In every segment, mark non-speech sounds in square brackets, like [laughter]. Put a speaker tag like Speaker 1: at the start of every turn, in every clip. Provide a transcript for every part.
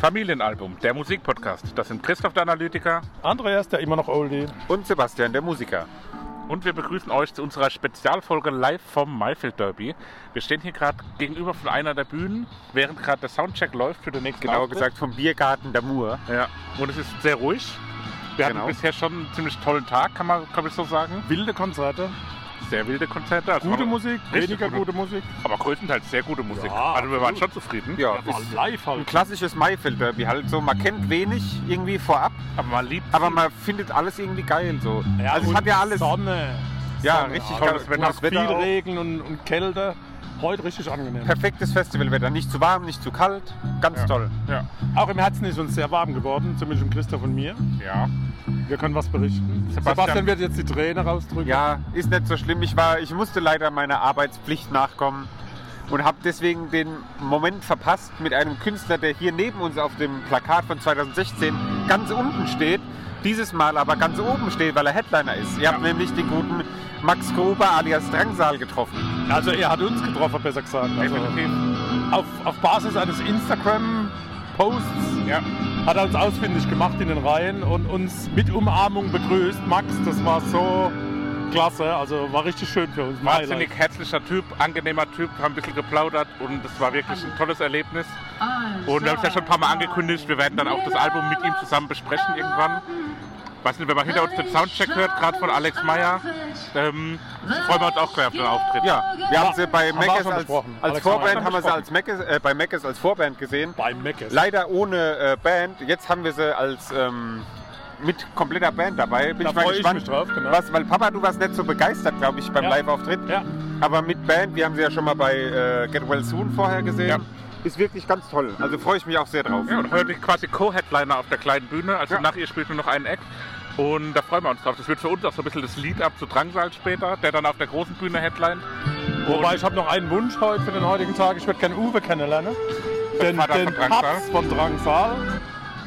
Speaker 1: Familienalbum, der Musikpodcast. Das sind Christoph der Analytiker
Speaker 2: Andreas, der immer noch Oldie.
Speaker 3: Und Sebastian, der Musiker.
Speaker 1: und wir begrüßen euch zu unserer Spezialfolge live vom Mayfield Derby. Wir stehen hier gerade gegenüber von einer der Bühnen, während gerade der Soundcheck läuft für den nächsten
Speaker 3: Genau
Speaker 1: Auftritt.
Speaker 3: gesagt vom Biergarten der Mur.
Speaker 1: Ja, und es ist sehr ruhig. Wir
Speaker 3: Genau.
Speaker 1: hatten bisher schon einen ziemlich tollen Tag, kann man, kann ich so sagen.
Speaker 2: Wilde Konzerte,
Speaker 1: Sehr wilde Konzerte. Also
Speaker 2: gute
Speaker 1: aber-
Speaker 2: Musik,
Speaker 1: richtig
Speaker 2: weniger gute, Musik.
Speaker 1: Aber größtenteils sehr gute Musik.
Speaker 2: Ja,
Speaker 1: also wir waren
Speaker 2: absolut.
Speaker 1: schon zufrieden.
Speaker 3: Ja,
Speaker 2: vor allem
Speaker 3: ist
Speaker 2: live
Speaker 3: ein
Speaker 2: halt.
Speaker 3: klassisches Maifeld-Derby halt so. Man kennt wenig irgendwie vorab,
Speaker 1: Aber man liebt
Speaker 3: aber man findet alles irgendwie geil so.
Speaker 2: Ja,
Speaker 3: also es
Speaker 2: und
Speaker 3: hat ja alles.
Speaker 2: Sonne.
Speaker 3: Ja,
Speaker 2: Sonne,
Speaker 3: richtig
Speaker 2: also
Speaker 3: tolles Wetter.
Speaker 2: Nach viel
Speaker 3: Wetter auch.
Speaker 2: Regen und, und Kälte. Heute richtig angenehm.
Speaker 3: Perfektes Festivalwetter. Nicht zu warm, nicht zu kalt. Ganz
Speaker 1: Ja.
Speaker 3: toll.
Speaker 1: Ja.
Speaker 2: Auch im Herzen ist uns sehr warm geworden, zumindest im Christoph und mir.
Speaker 1: ja.
Speaker 2: Wir können was berichten.
Speaker 1: Sebastian-
Speaker 2: Sebastian, wird jetzt die Träne rausdrücken.
Speaker 3: Ja, ist nicht so schlimm. Ich war, ich musste leider meiner Arbeitspflicht nachkommen und habe deswegen den Moment verpasst mit einem Künstler, der hier neben uns auf dem Plakat von 2016 ganz unten steht. Dieses Mal aber ganz oben steht, weil er Headliner ist. Ihr habt nämlich den guten Max Gruber alias Drangsal getroffen.
Speaker 2: Also er hat uns getroffen, besser gesagt. Also
Speaker 1: Definitiv.
Speaker 2: auf, auf Basis eines Instagram-Posts
Speaker 1: Ja.
Speaker 2: hat er uns ausfindig gemacht in den Reihen und uns mit Umarmung begrüßt. Max, das war so klasse, also war richtig schön für uns. Ein
Speaker 1: Wahnsinnig herzlicher Typ, angenehmer Typ, haben ein bisschen geplaudert und es war wirklich ein tolles Erlebnis. Oh, Und wir haben es ja schon ein paar Mal angekündigt, wir werden dann auch das Album mit ihm zusammen besprechen irgendwann. Weiß nicht, wenn man hinter uns den Soundcheck hört, gerade von Alex Meyer, ähm, freuen wir uns auch gleich auf den Auftritt.
Speaker 3: Ja, wir haben sie bei
Speaker 2: Haben wir auch
Speaker 3: Meckes
Speaker 2: schon
Speaker 3: als,
Speaker 2: besprochen.
Speaker 3: als
Speaker 2: Alex, haben wir
Speaker 3: Vorband
Speaker 2: schon
Speaker 3: haben wir
Speaker 2: besprochen.
Speaker 3: sie als Meckes, äh, bei Meckes als Vorband gesehen.
Speaker 2: Bei Meckes.
Speaker 3: Leider ohne äh, Band. Jetzt haben wir sie als ähm, mit kompletter Band dabei. Bin
Speaker 2: Da
Speaker 3: ich mal
Speaker 2: freu ich
Speaker 3: gespannt,
Speaker 2: mich drauf, genau.
Speaker 3: was, weil Papa, du warst nicht so begeistert, glaube ich, beim
Speaker 2: Ja.
Speaker 3: Live-Auftritt.
Speaker 2: Ja.
Speaker 3: Aber mit Band, wir haben sie ja schon mal bei äh, Get Well Soon vorher gesehen.
Speaker 1: Ja.
Speaker 3: Ist wirklich ganz toll. Also freue ich mich auch sehr drauf.
Speaker 1: Ja, und heute quasi Co-Headliner auf der kleinen Bühne. Also
Speaker 3: Ja.
Speaker 1: nach ihr spielt nur noch ein Act. Und da freuen wir uns drauf. Das wird für uns auch so ein bisschen das Lead-Up zu Drangsal später, der dann auf der großen Bühne headlint.
Speaker 2: Wobei ich habe noch einen Wunsch heute für den heutigen Tag. Ich würde gerne Uwe kennenlernen. Den,
Speaker 1: Vater
Speaker 2: den
Speaker 1: von Drangsal.
Speaker 2: Papst von Drangsal.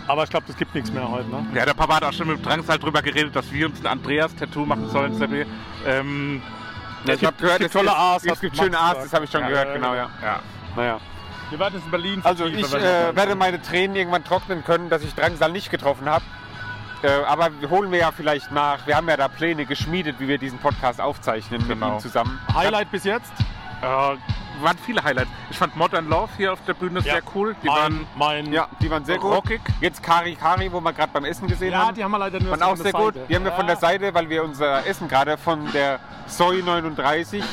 Speaker 2: Aber ich glaube, das gibt nichts mehr heute. Ne?
Speaker 1: Ja, der Papa hat auch schon mit dem Drangsal drüber geredet, dass wir uns ein Andreas-Tattoo machen sollen, Seppi. Ähm,
Speaker 3: ich habe gehört, es,
Speaker 2: tolle
Speaker 3: es-
Speaker 2: A's,
Speaker 3: es
Speaker 2: hat
Speaker 3: gibt
Speaker 2: Max
Speaker 3: schöne A's,
Speaker 2: gesagt.
Speaker 3: das habe ich schon
Speaker 2: Ja,
Speaker 3: gehört,
Speaker 2: ja,
Speaker 3: genau, ja.
Speaker 1: ja.
Speaker 3: Naja.
Speaker 2: Wir werden es in Berlin
Speaker 3: Also
Speaker 2: vertiefen,
Speaker 3: ich
Speaker 2: wenn wir
Speaker 3: äh,
Speaker 2: wollen.
Speaker 3: werde meine Tränen irgendwann trocknen können, dass ich Drangsal nicht getroffen habe. Äh, aber holen wir ja vielleicht nach. Wir haben ja da Pläne geschmiedet, wie wir diesen Podcast aufzeichnen mit
Speaker 1: Genau.
Speaker 3: ihm zusammen.
Speaker 2: Highlight bis jetzt?
Speaker 1: Äh, waren viele Highlights. Ich fand Modern Love hier auf der Bühne sehr cool. Die
Speaker 2: mein,
Speaker 1: waren
Speaker 2: mein
Speaker 3: Ja, die waren sehr gut.
Speaker 1: Rockig.
Speaker 3: Jetzt Kari Kari, wo wir gerade beim Essen gesehen
Speaker 2: Ja,
Speaker 3: haben.
Speaker 2: die haben wir leider nur
Speaker 3: waren
Speaker 2: so
Speaker 3: auch
Speaker 2: von
Speaker 3: sehr
Speaker 2: der
Speaker 3: gut.
Speaker 2: Seite.
Speaker 3: Die haben wir von
Speaker 2: Ja.
Speaker 3: der Seite, weil wir unser Essen gerade von der Soy 39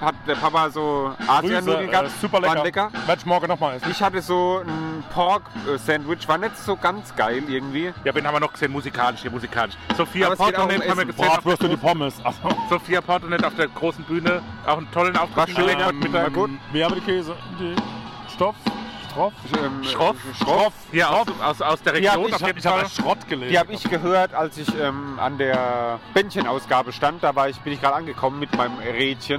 Speaker 3: hat der Papa so Asian-Nudeln
Speaker 2: Grüße, äh,
Speaker 3: gehabt.
Speaker 2: super lecker.
Speaker 3: Waren lecker.
Speaker 2: Werd ich morgen nochmal essen.
Speaker 3: Ich hatte so ein Pork-Sandwich, war nicht so ganz geil irgendwie.
Speaker 1: Ja, wen haben wir noch gesehen? Musikalisch, hier musikalisch. Sophia
Speaker 3: Aber es geht auch um
Speaker 1: Portonet haben wir
Speaker 3: Essen.
Speaker 1: gesehen. auf
Speaker 2: Bratwurst und die Pommes.
Speaker 1: [laughs]
Speaker 2: Also,
Speaker 1: Sophia Portonet auf der großen Bühne. Auch einen tollen
Speaker 3: War
Speaker 1: Auftritt.
Speaker 3: schön,
Speaker 1: hingelegt heute
Speaker 3: ähm,
Speaker 1: Mittag.
Speaker 3: war gut.
Speaker 2: wir haben die Käse, die Stoff, Stoff.
Speaker 3: Ähm,
Speaker 1: Schroff?
Speaker 3: Schroff.
Speaker 1: Hier aus, aus, aus der
Speaker 3: Die hab
Speaker 1: Region
Speaker 3: ich-
Speaker 1: auf jeden
Speaker 2: hab
Speaker 1: Fall.
Speaker 2: als Schrott gelesen.
Speaker 3: Die habe ich gehört, als ich ähm, an der Bändchenausgabe stand. Da war ich, bin ich gerade angekommen mit meinem Rädchen.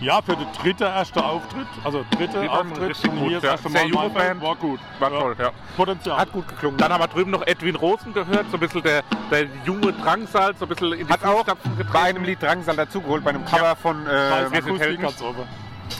Speaker 2: Ja, für den dritten ersten Auftritt, also dritte
Speaker 1: Die waren
Speaker 2: Auftritt
Speaker 1: richtig
Speaker 2: und
Speaker 1: gut,
Speaker 2: hier das
Speaker 1: ja.
Speaker 2: erste
Speaker 1: Sehr
Speaker 2: Mal
Speaker 1: junge
Speaker 2: Mal-
Speaker 1: Band.
Speaker 2: war gut.
Speaker 1: War
Speaker 2: Ja.
Speaker 1: toll, ja.
Speaker 2: Potenzial.
Speaker 3: Hat gut geklungen.
Speaker 1: Dann haben wir drüben noch Edwin Rosen gehört, so ein bisschen der, der junge Drangsal, so ein bisschen in die
Speaker 3: Hat auch
Speaker 1: Fußstapfen getreten.
Speaker 3: bei einem Lied Drangsal dazugeholt, bei einem Cover von.
Speaker 2: Da
Speaker 3: Äh,
Speaker 2: ist Akustik
Speaker 1: ähm, Helden.
Speaker 2: ganz oben.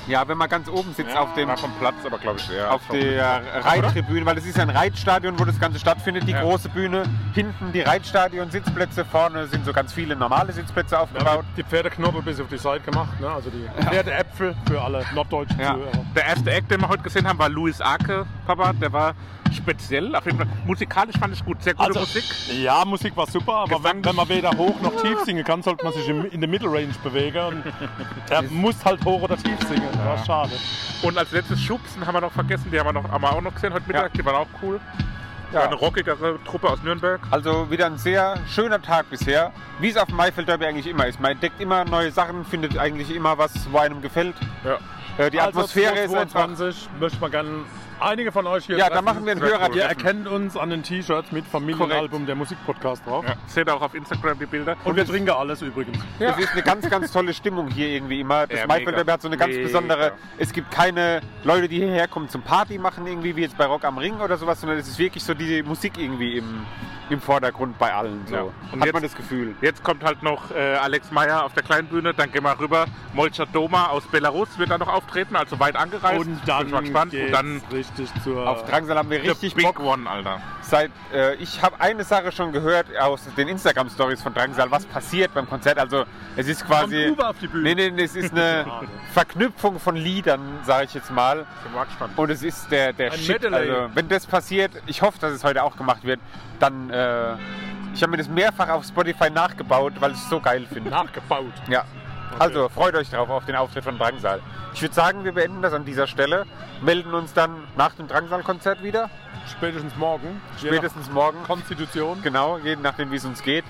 Speaker 3: ja, wenn man ganz oben sitzt
Speaker 2: Ja.
Speaker 3: auf dem
Speaker 1: War vom Platz, aber glaube ich eher.
Speaker 3: auf
Speaker 1: vom-
Speaker 3: der Reittribüne, weil das ist ja ein Reitstadion, wo das Ganze stattfindet, die
Speaker 1: Ja.
Speaker 3: große Bühne. Hinten die Reitstadion, Sitzplätze, vorne sind so ganz viele normale Sitzplätze
Speaker 2: Wir haben
Speaker 3: aufgebaut.
Speaker 2: die Pferdeknoppel bis auf die Seite gemacht, ne? also die Pferdeäpfel für alle norddeutschen
Speaker 3: Ja.
Speaker 2: Zuhörer.
Speaker 1: Der erste Act, den wir heute gesehen haben, war Louis Arke, Papa. Der war speziell. Auf jeden Fall musikalisch fand ich gut. Sehr gute Musik.
Speaker 2: Ja, Musik war super, aber wenn,
Speaker 1: Gesang-
Speaker 2: wenn man weder hoch noch tief singen kann, sollte man sich im, in der Middle-Range bewegen. Und er muss halt hoch oder tief singen. War schade.
Speaker 1: Und als letztes Schubsen haben wir noch vergessen. Die haben wir, noch, haben wir auch noch gesehen heute Mittag. Die waren auch cool. War eine
Speaker 3: Ja.
Speaker 1: rockigere Truppe aus Nürnberg.
Speaker 3: Also wieder ein sehr schöner Tag bisher, wie es auf dem Maifeld Derby eigentlich immer ist. Man entdeckt immer neue Sachen, findet eigentlich immer was, wo einem gefällt.
Speaker 1: Ja.
Speaker 3: Äh, Die
Speaker 2: Also
Speaker 3: Atmosphäre ist einfach
Speaker 2: 22 möchte man gerne einige von euch hier
Speaker 3: Ja, da
Speaker 2: treffen.
Speaker 3: machen wir einen
Speaker 1: Sehr
Speaker 3: Hörer.
Speaker 1: cool.
Speaker 2: Ihr erkennt uns an den T-Shirts mit Familienalbum der Musikpodcast drauf.
Speaker 1: ja. Seht ihr auch auf Instagram die Bilder.
Speaker 2: Und wir trinken alles übrigens.
Speaker 3: Es ist eine ganz, ganz tolle Stimmung hier irgendwie immer. Das
Speaker 1: Ja,
Speaker 3: Maifeld
Speaker 1: mega.
Speaker 3: Derby hat so eine ganz
Speaker 1: Mega.
Speaker 3: besondere. Es gibt keine Leute, die hierher kommen zum Party machen, irgendwie wie jetzt bei Rock am Ring oder sowas, sondern es ist wirklich so die Musik irgendwie im, im Vordergrund bei allen. So.
Speaker 1: Ja. Und
Speaker 3: Hat
Speaker 1: jetzt-
Speaker 3: man das Gefühl.
Speaker 1: Jetzt kommt halt noch äh, Alex Meyer auf der kleinen Bühne, dann gehen wir rüber. Molcha Doma aus Belarus wird da noch auftreten, also weit angereist.
Speaker 2: Und dann
Speaker 1: Bin ich mal gespannt. Und
Speaker 2: geht's
Speaker 1: dann
Speaker 2: richtig richtig zur.
Speaker 3: Auf Drangsal haben wir richtig
Speaker 1: The Big
Speaker 3: Bock.
Speaker 1: One, Alter.
Speaker 3: Seit, äh, ich habe eine Sache schon gehört aus den Instagram-Stories von Drangsal, was passiert beim Konzert. Also es ist
Speaker 2: Kommt
Speaker 3: quasi...
Speaker 2: Uwe auf die Bühne.
Speaker 3: Nee, nee, nee, es ist
Speaker 1: [laughs]
Speaker 3: eine
Speaker 2: Schade.
Speaker 3: Verknüpfung von Liedern, sage ich jetzt mal.
Speaker 1: Zum Marktstand.
Speaker 3: Und es ist der, der
Speaker 2: Ein
Speaker 3: Shit.
Speaker 2: Medley.
Speaker 3: Also, wenn das passiert, ich hoffe, dass es heute auch gemacht wird, dann... Äh, ich habe mir das mehrfach auf Spotify nachgebaut, weil ich es so geil finde.
Speaker 2: Nachgebaut.
Speaker 3: Ja. Also freut euch drauf auf den Auftritt von Drangsal. Ich würde sagen, wir beenden das an dieser Stelle, melden uns dann nach dem Drangsal-Konzert wieder,
Speaker 2: Spätestens morgen. Je nach
Speaker 3: spätestens morgen.
Speaker 2: Konstitution.
Speaker 3: Genau, je nachdem, wie es uns geht.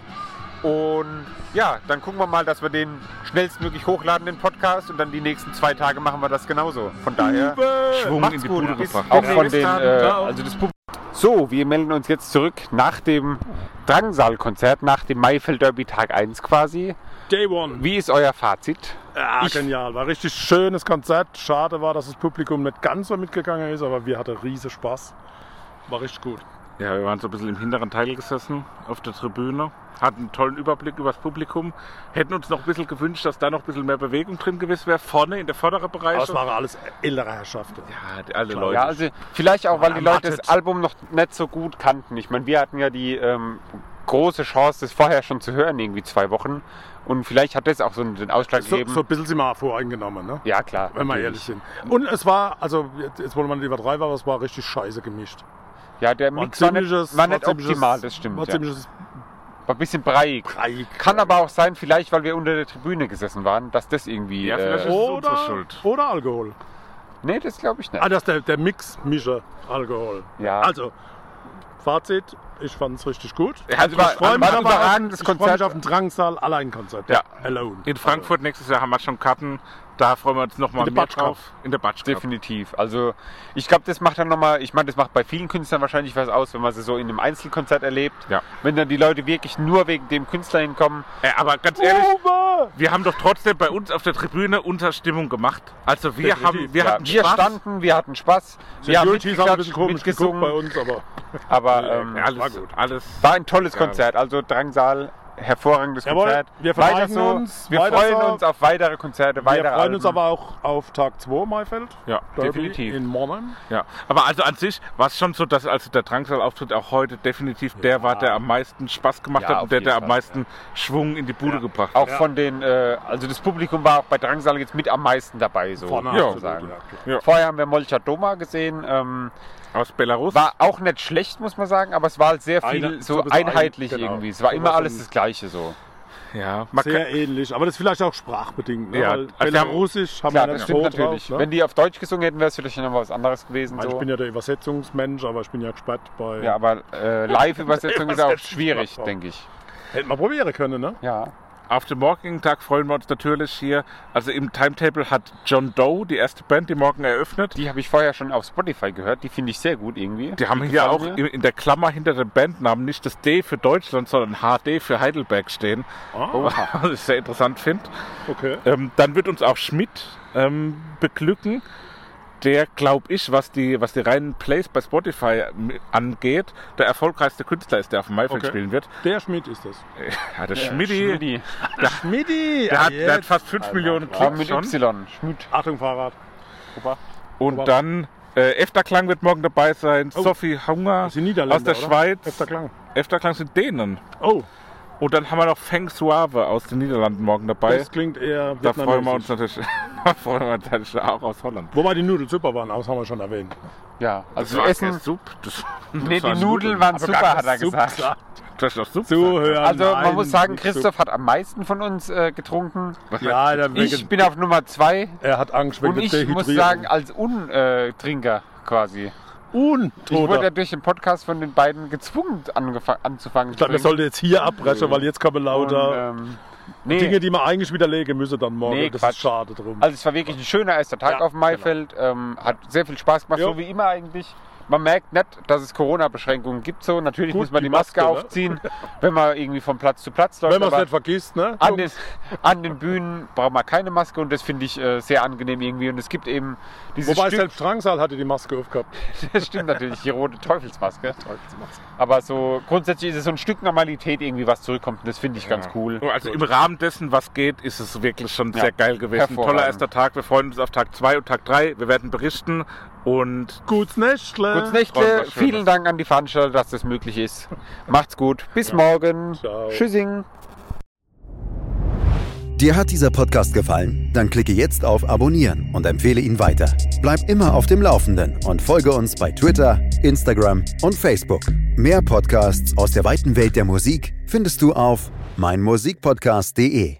Speaker 3: Und ja, dann gucken wir mal, dass wir den schnellstmöglich hochladen, den Podcast. Und dann die nächsten zwei Tage machen wir das genauso. Von daher,
Speaker 1: Schwung
Speaker 3: macht's
Speaker 1: in die
Speaker 3: gut.
Speaker 1: Bude
Speaker 3: Bis-
Speaker 1: gebracht.
Speaker 3: Auch
Speaker 2: Ja.
Speaker 3: von
Speaker 2: Bis
Speaker 3: den, äh,
Speaker 2: dann. Ciao.
Speaker 3: also das Publikum. So, wir melden uns jetzt zurück nach dem Drangsal-Konzert, nach dem Maifeld Derby Tag 1 quasi.
Speaker 2: Day One.
Speaker 3: Wie ist euer Fazit?
Speaker 2: Ah, genial. War richtig schönes Konzert. Schade war, dass das Publikum nicht ganz so mitgegangen ist, aber wir hatten riesen Spaß. War richtig gut.
Speaker 1: Ja, wir waren so ein bisschen im hinteren Teil gesessen, auf der Tribüne, hatten einen tollen Überblick übers Publikum, hätten uns noch ein bisschen gewünscht, dass da noch ein bisschen mehr Bewegung drin gewesen wäre, vorne in der vorderen Bereich.
Speaker 2: Aber es waren alles ältere Herrschaften.
Speaker 1: ja, die- alle Leute.
Speaker 3: Ja, also vielleicht auch, weil die Leute das
Speaker 1: erwartet.
Speaker 3: Album noch nicht so gut kannten. Ich meine, wir hatten ja die ähm, große Chance, das vorher schon zu hören, irgendwie zwei Wochen. Und vielleicht hat das auch so den Ausschlag
Speaker 2: So,
Speaker 3: gegeben.
Speaker 2: so ein bisschen sind wir voreingenommen, ne?
Speaker 3: ja, klar.
Speaker 2: Wenn wir ehrlich sind. Und es war, also jetzt, jetzt wollen wir nicht übertreiben, aber es war richtig scheiße gemischt.
Speaker 3: Ja, der Mix war nicht, war nicht optimal, das stimmt.
Speaker 2: War
Speaker 3: Ja.
Speaker 2: ziemliches
Speaker 3: War ein bisschen breiig.
Speaker 2: Breik.
Speaker 3: Kann aber auch sein, vielleicht, weil wir unter der Tribüne gesessen waren, dass das irgendwie...
Speaker 1: Ja, vielleicht
Speaker 3: äh,
Speaker 1: ist-
Speaker 2: oder,
Speaker 1: unsere Schuld.
Speaker 2: oder Alkohol.
Speaker 3: nee, das glaube ich nicht.
Speaker 2: Ah, das ist der, der Mix Mische Alkohol.
Speaker 3: Ja.
Speaker 2: Also, Fazit, ich fand es richtig gut.
Speaker 3: Also war-
Speaker 2: ich freue mich,
Speaker 3: war ein
Speaker 2: aber auf ein-
Speaker 3: überragendes
Speaker 2: ich freu mich
Speaker 3: Konzert.
Speaker 2: auf ein Drangsal Alleinkonzert.
Speaker 3: Ja.
Speaker 2: Alone.
Speaker 1: in Frankfurt nächstes Jahr haben wir schon Karten, da freuen wir uns nochmal
Speaker 2: In der
Speaker 1: mehr
Speaker 2: Batschkopf.
Speaker 1: drauf. In der Batschkopf.
Speaker 3: Definitiv. Also ich glaube, das macht dann nochmal, ich meine, das macht bei vielen Künstlern wahrscheinlich was aus, wenn man sie so in einem Einzelkonzert erlebt.
Speaker 1: Ja.
Speaker 3: Wenn dann die Leute wirklich nur wegen dem Künstler hinkommen.
Speaker 1: Äh, aber ganz
Speaker 2: Oh,
Speaker 1: ehrlich, wir haben doch trotzdem bei uns auf der Tribüne unsere Stimmung gemacht. Also wir
Speaker 2: Definitiv,
Speaker 1: haben, wir
Speaker 3: ja,
Speaker 1: hatten
Speaker 3: wir
Speaker 1: Spaß.
Speaker 3: standen, wir hatten Spaß. Wir haben
Speaker 2: Also, Securities haben ein bisschen komisch
Speaker 3: mitgeklatscht,
Speaker 2: geguckt bei
Speaker 3: mitgesungen,
Speaker 2: uns, aber
Speaker 3: aber ähm,
Speaker 1: Ja, Äh, alles,
Speaker 2: War gut.
Speaker 1: alles.
Speaker 3: war ein tolles Konzert. Also Drangsal, hervorragendes
Speaker 2: Jawohl,
Speaker 3: Konzert.
Speaker 2: wir
Speaker 3: weiter
Speaker 2: verweigern
Speaker 3: so.
Speaker 2: uns,
Speaker 3: wir
Speaker 2: weiter
Speaker 3: freuen
Speaker 2: so.
Speaker 3: uns auf weitere Konzerte,
Speaker 2: wir
Speaker 3: weitere
Speaker 2: freuen
Speaker 3: Alben.
Speaker 2: uns aber auch auf Tag 2 Maifeld.
Speaker 1: Ja,
Speaker 2: Derby
Speaker 1: definitiv.
Speaker 2: In Monheim.
Speaker 1: Ja, aber also an sich war es schon so, dass also der Drangsal-Auftritt auch heute definitiv der war, der am meisten Spaß gemacht
Speaker 3: Ja,
Speaker 1: hat
Speaker 3: auf
Speaker 1: und der, der
Speaker 3: jeden
Speaker 1: am
Speaker 3: Fall,
Speaker 1: meisten Schwung in die Bude gebracht
Speaker 3: auch
Speaker 1: hat.
Speaker 3: von den, äh, also das Publikum war auch bei Drangsal jetzt mit am meisten dabei, so
Speaker 2: Vorne
Speaker 3: muss man
Speaker 2: absolut, ja,
Speaker 3: sagen.
Speaker 2: klar.
Speaker 1: Ja.
Speaker 3: Vorher haben wir Molcha Doma gesehen. Ähm,
Speaker 1: Aus Belarus.
Speaker 3: War auch nicht schlecht, muss man sagen, aber es war halt sehr viel
Speaker 2: Eine- so
Speaker 3: so
Speaker 2: ein bisschen
Speaker 3: einheitlich
Speaker 2: ein- genau.
Speaker 3: irgendwie. Es war
Speaker 2: So
Speaker 3: immer
Speaker 2: was
Speaker 3: alles
Speaker 2: im-
Speaker 3: das Gleiche so.
Speaker 1: ja, man
Speaker 2: Sehr
Speaker 1: kann,
Speaker 2: ähnlich, aber das ist vielleicht auch sprachbedingt. Ne?
Speaker 1: Ja,
Speaker 2: Weil
Speaker 1: also wir haben-
Speaker 2: Belarusisch haben
Speaker 3: Klar,
Speaker 2: wir
Speaker 3: das
Speaker 2: nicht
Speaker 3: stimmt
Speaker 2: so
Speaker 3: natürlich.
Speaker 2: drauf. Ne? Also,
Speaker 3: Wenn die auf Deutsch gesungen hätten, wäre es vielleicht noch was anderes gewesen.
Speaker 2: ich, meine, ich
Speaker 3: So.
Speaker 2: bin ja der Übersetzungsmensch, aber ich bin ja gespannt bei...
Speaker 3: Ja, aber äh,
Speaker 2: [laughs]
Speaker 3: Live-Übersetzung ist auch schwierig,
Speaker 2: Übersetzung.
Speaker 3: denke ich.
Speaker 2: Hätten wir probieren können, ne?
Speaker 3: Ja.
Speaker 1: auf den morgigen Tag freuen wir uns natürlich hier. Also im Timetable hat John Doe, die erste Band, die morgen eröffnet.
Speaker 3: Die habe ich vorher schon auf Spotify gehört. Die finde ich sehr gut irgendwie.
Speaker 1: Die haben hier auch
Speaker 3: Gefallen
Speaker 1: in, in der Klammer hinter dem Bandnamen nicht das D für Deutschland, sondern HD für Heidelberg stehen.
Speaker 3: Oh.
Speaker 1: [laughs] Was ich sehr interessant finde.
Speaker 2: Okay.
Speaker 1: Ähm, dann wird uns auch Schmidt ähm, beglücken. Der, glaube ich, was die, was die reinen Plays bei Spotify m- angeht, der erfolgreichste Künstler ist, der auf dem Maifeld
Speaker 2: Okay.
Speaker 1: spielen wird.
Speaker 2: Der Schmidt ist das.
Speaker 1: Ja, der Schmidti,
Speaker 3: Schmidi.
Speaker 2: Schmidi!
Speaker 1: Der, hat, der hat fast 5 Millionen
Speaker 3: Aber
Speaker 1: Klicks
Speaker 3: mit
Speaker 1: schon.
Speaker 3: Y. Schmid.
Speaker 2: Achtung, Fahrrad.
Speaker 1: Und dann äh, Efterklang wird morgen dabei sein. Sophie Hunger
Speaker 2: Oh. Das sind Niederländer,
Speaker 1: aus der
Speaker 2: oder?
Speaker 1: Schweiz.
Speaker 2: Öfter Klang.
Speaker 1: Efterklang sind Dänen.
Speaker 2: Oh,
Speaker 1: Und dann haben wir noch Feng Suave aus den Niederlanden morgen dabei.
Speaker 2: das klingt eher
Speaker 1: Da freuen wir uns
Speaker 2: vietnamesisch.
Speaker 1: natürlich, [laughs] da freuen wir uns natürlich auch aus Holland.
Speaker 2: Wobei die Nudeln super waren, aber das haben wir schon erwähnt.
Speaker 3: Ja,
Speaker 1: Das
Speaker 3: also
Speaker 1: war
Speaker 3: Essen.
Speaker 1: keine Suppe. Das, das
Speaker 3: [laughs] Nee, die
Speaker 1: waren
Speaker 3: Nudeln waren
Speaker 2: Aber
Speaker 3: super,
Speaker 2: gar
Speaker 3: hat er
Speaker 2: Suppe
Speaker 3: gesagt.
Speaker 1: Du hast doch Suppe.
Speaker 2: Zuhören.
Speaker 3: Also man
Speaker 2: nein,
Speaker 3: muss sagen,
Speaker 2: nicht
Speaker 3: Christoph hat am meisten von uns äh, getrunken.
Speaker 2: Suppe. Ja, der
Speaker 3: Ich bin auf Nummer zwei.
Speaker 2: er hat Angst wegen
Speaker 3: Und
Speaker 2: der
Speaker 3: ich muss sagen, als Untrinker quasi.
Speaker 2: un
Speaker 3: Ich wurde ja
Speaker 2: ich,
Speaker 3: durch den Podcast von den beiden gezwungen, angefa- anzufangen.
Speaker 2: ich glaube, wir
Speaker 3: zu trinken.
Speaker 2: sollten jetzt hier abbrechen, weil jetzt kommen lauter
Speaker 3: Und, ähm, nee,
Speaker 2: Dinge, die man eigentlich widerlegen müsse dann morgen.
Speaker 3: Nee,
Speaker 2: das
Speaker 3: Quatsch.
Speaker 2: ist schade drum.
Speaker 3: also es war wirklich ein schöner erster Tag
Speaker 2: Ja,
Speaker 3: auf Maifeld. Ähm, hat sehr viel Spaß gemacht,
Speaker 2: Ja.
Speaker 3: so wie immer eigentlich. Man merkt nicht, dass es Corona-Beschränkungen gibt. So, natürlich
Speaker 2: Gut,
Speaker 3: muss man
Speaker 2: die
Speaker 3: die Maske,
Speaker 2: Maske, ne?
Speaker 3: aufziehen, wenn man irgendwie von Platz zu Platz läuft.
Speaker 2: Wenn man es
Speaker 3: aber-
Speaker 2: nicht vergisst, ne?
Speaker 3: an den, an den Bühnen braucht man keine Maske und das finde ich äh, sehr angenehm irgendwie. Und es gibt eben dieses
Speaker 2: Wobei halt
Speaker 3: Stück,
Speaker 2: selbst Drangsal hatte die Maske aufgehabt.
Speaker 3: [laughs] das stimmt natürlich, die rote Teufelsmaske. Aber so grundsätzlich ist es so ein Stück Normalität irgendwie, was zurückkommt. Und das finde ich ganz cool.
Speaker 1: Also im Rahmen dessen, was geht, ist es wirklich schon
Speaker 3: Ja,
Speaker 1: sehr geil gewesen.
Speaker 3: hervorragend.
Speaker 1: Toller erster Tag. Wir freuen uns auf Tag 2 und Tag 3. Wir werden berichten und
Speaker 2: Gutes Nächstle.
Speaker 3: Kurz
Speaker 1: träumt
Speaker 3: Nächtle,
Speaker 1: was Schönes.
Speaker 3: vielen Dank an die Veranstalter, dass das möglich ist. Macht's gut, bis morgen.
Speaker 2: Ciao.
Speaker 3: Tschüssing.
Speaker 4: Dir hat dieser Podcast gefallen? Dann klicke jetzt auf Abonnieren und empfehle ihn weiter. Bleib immer auf dem Laufenden und folge uns bei Twitter, Instagram und Facebook. Mehr Podcasts aus der weiten Welt der Musik findest du auf meinmusikpodcast.de.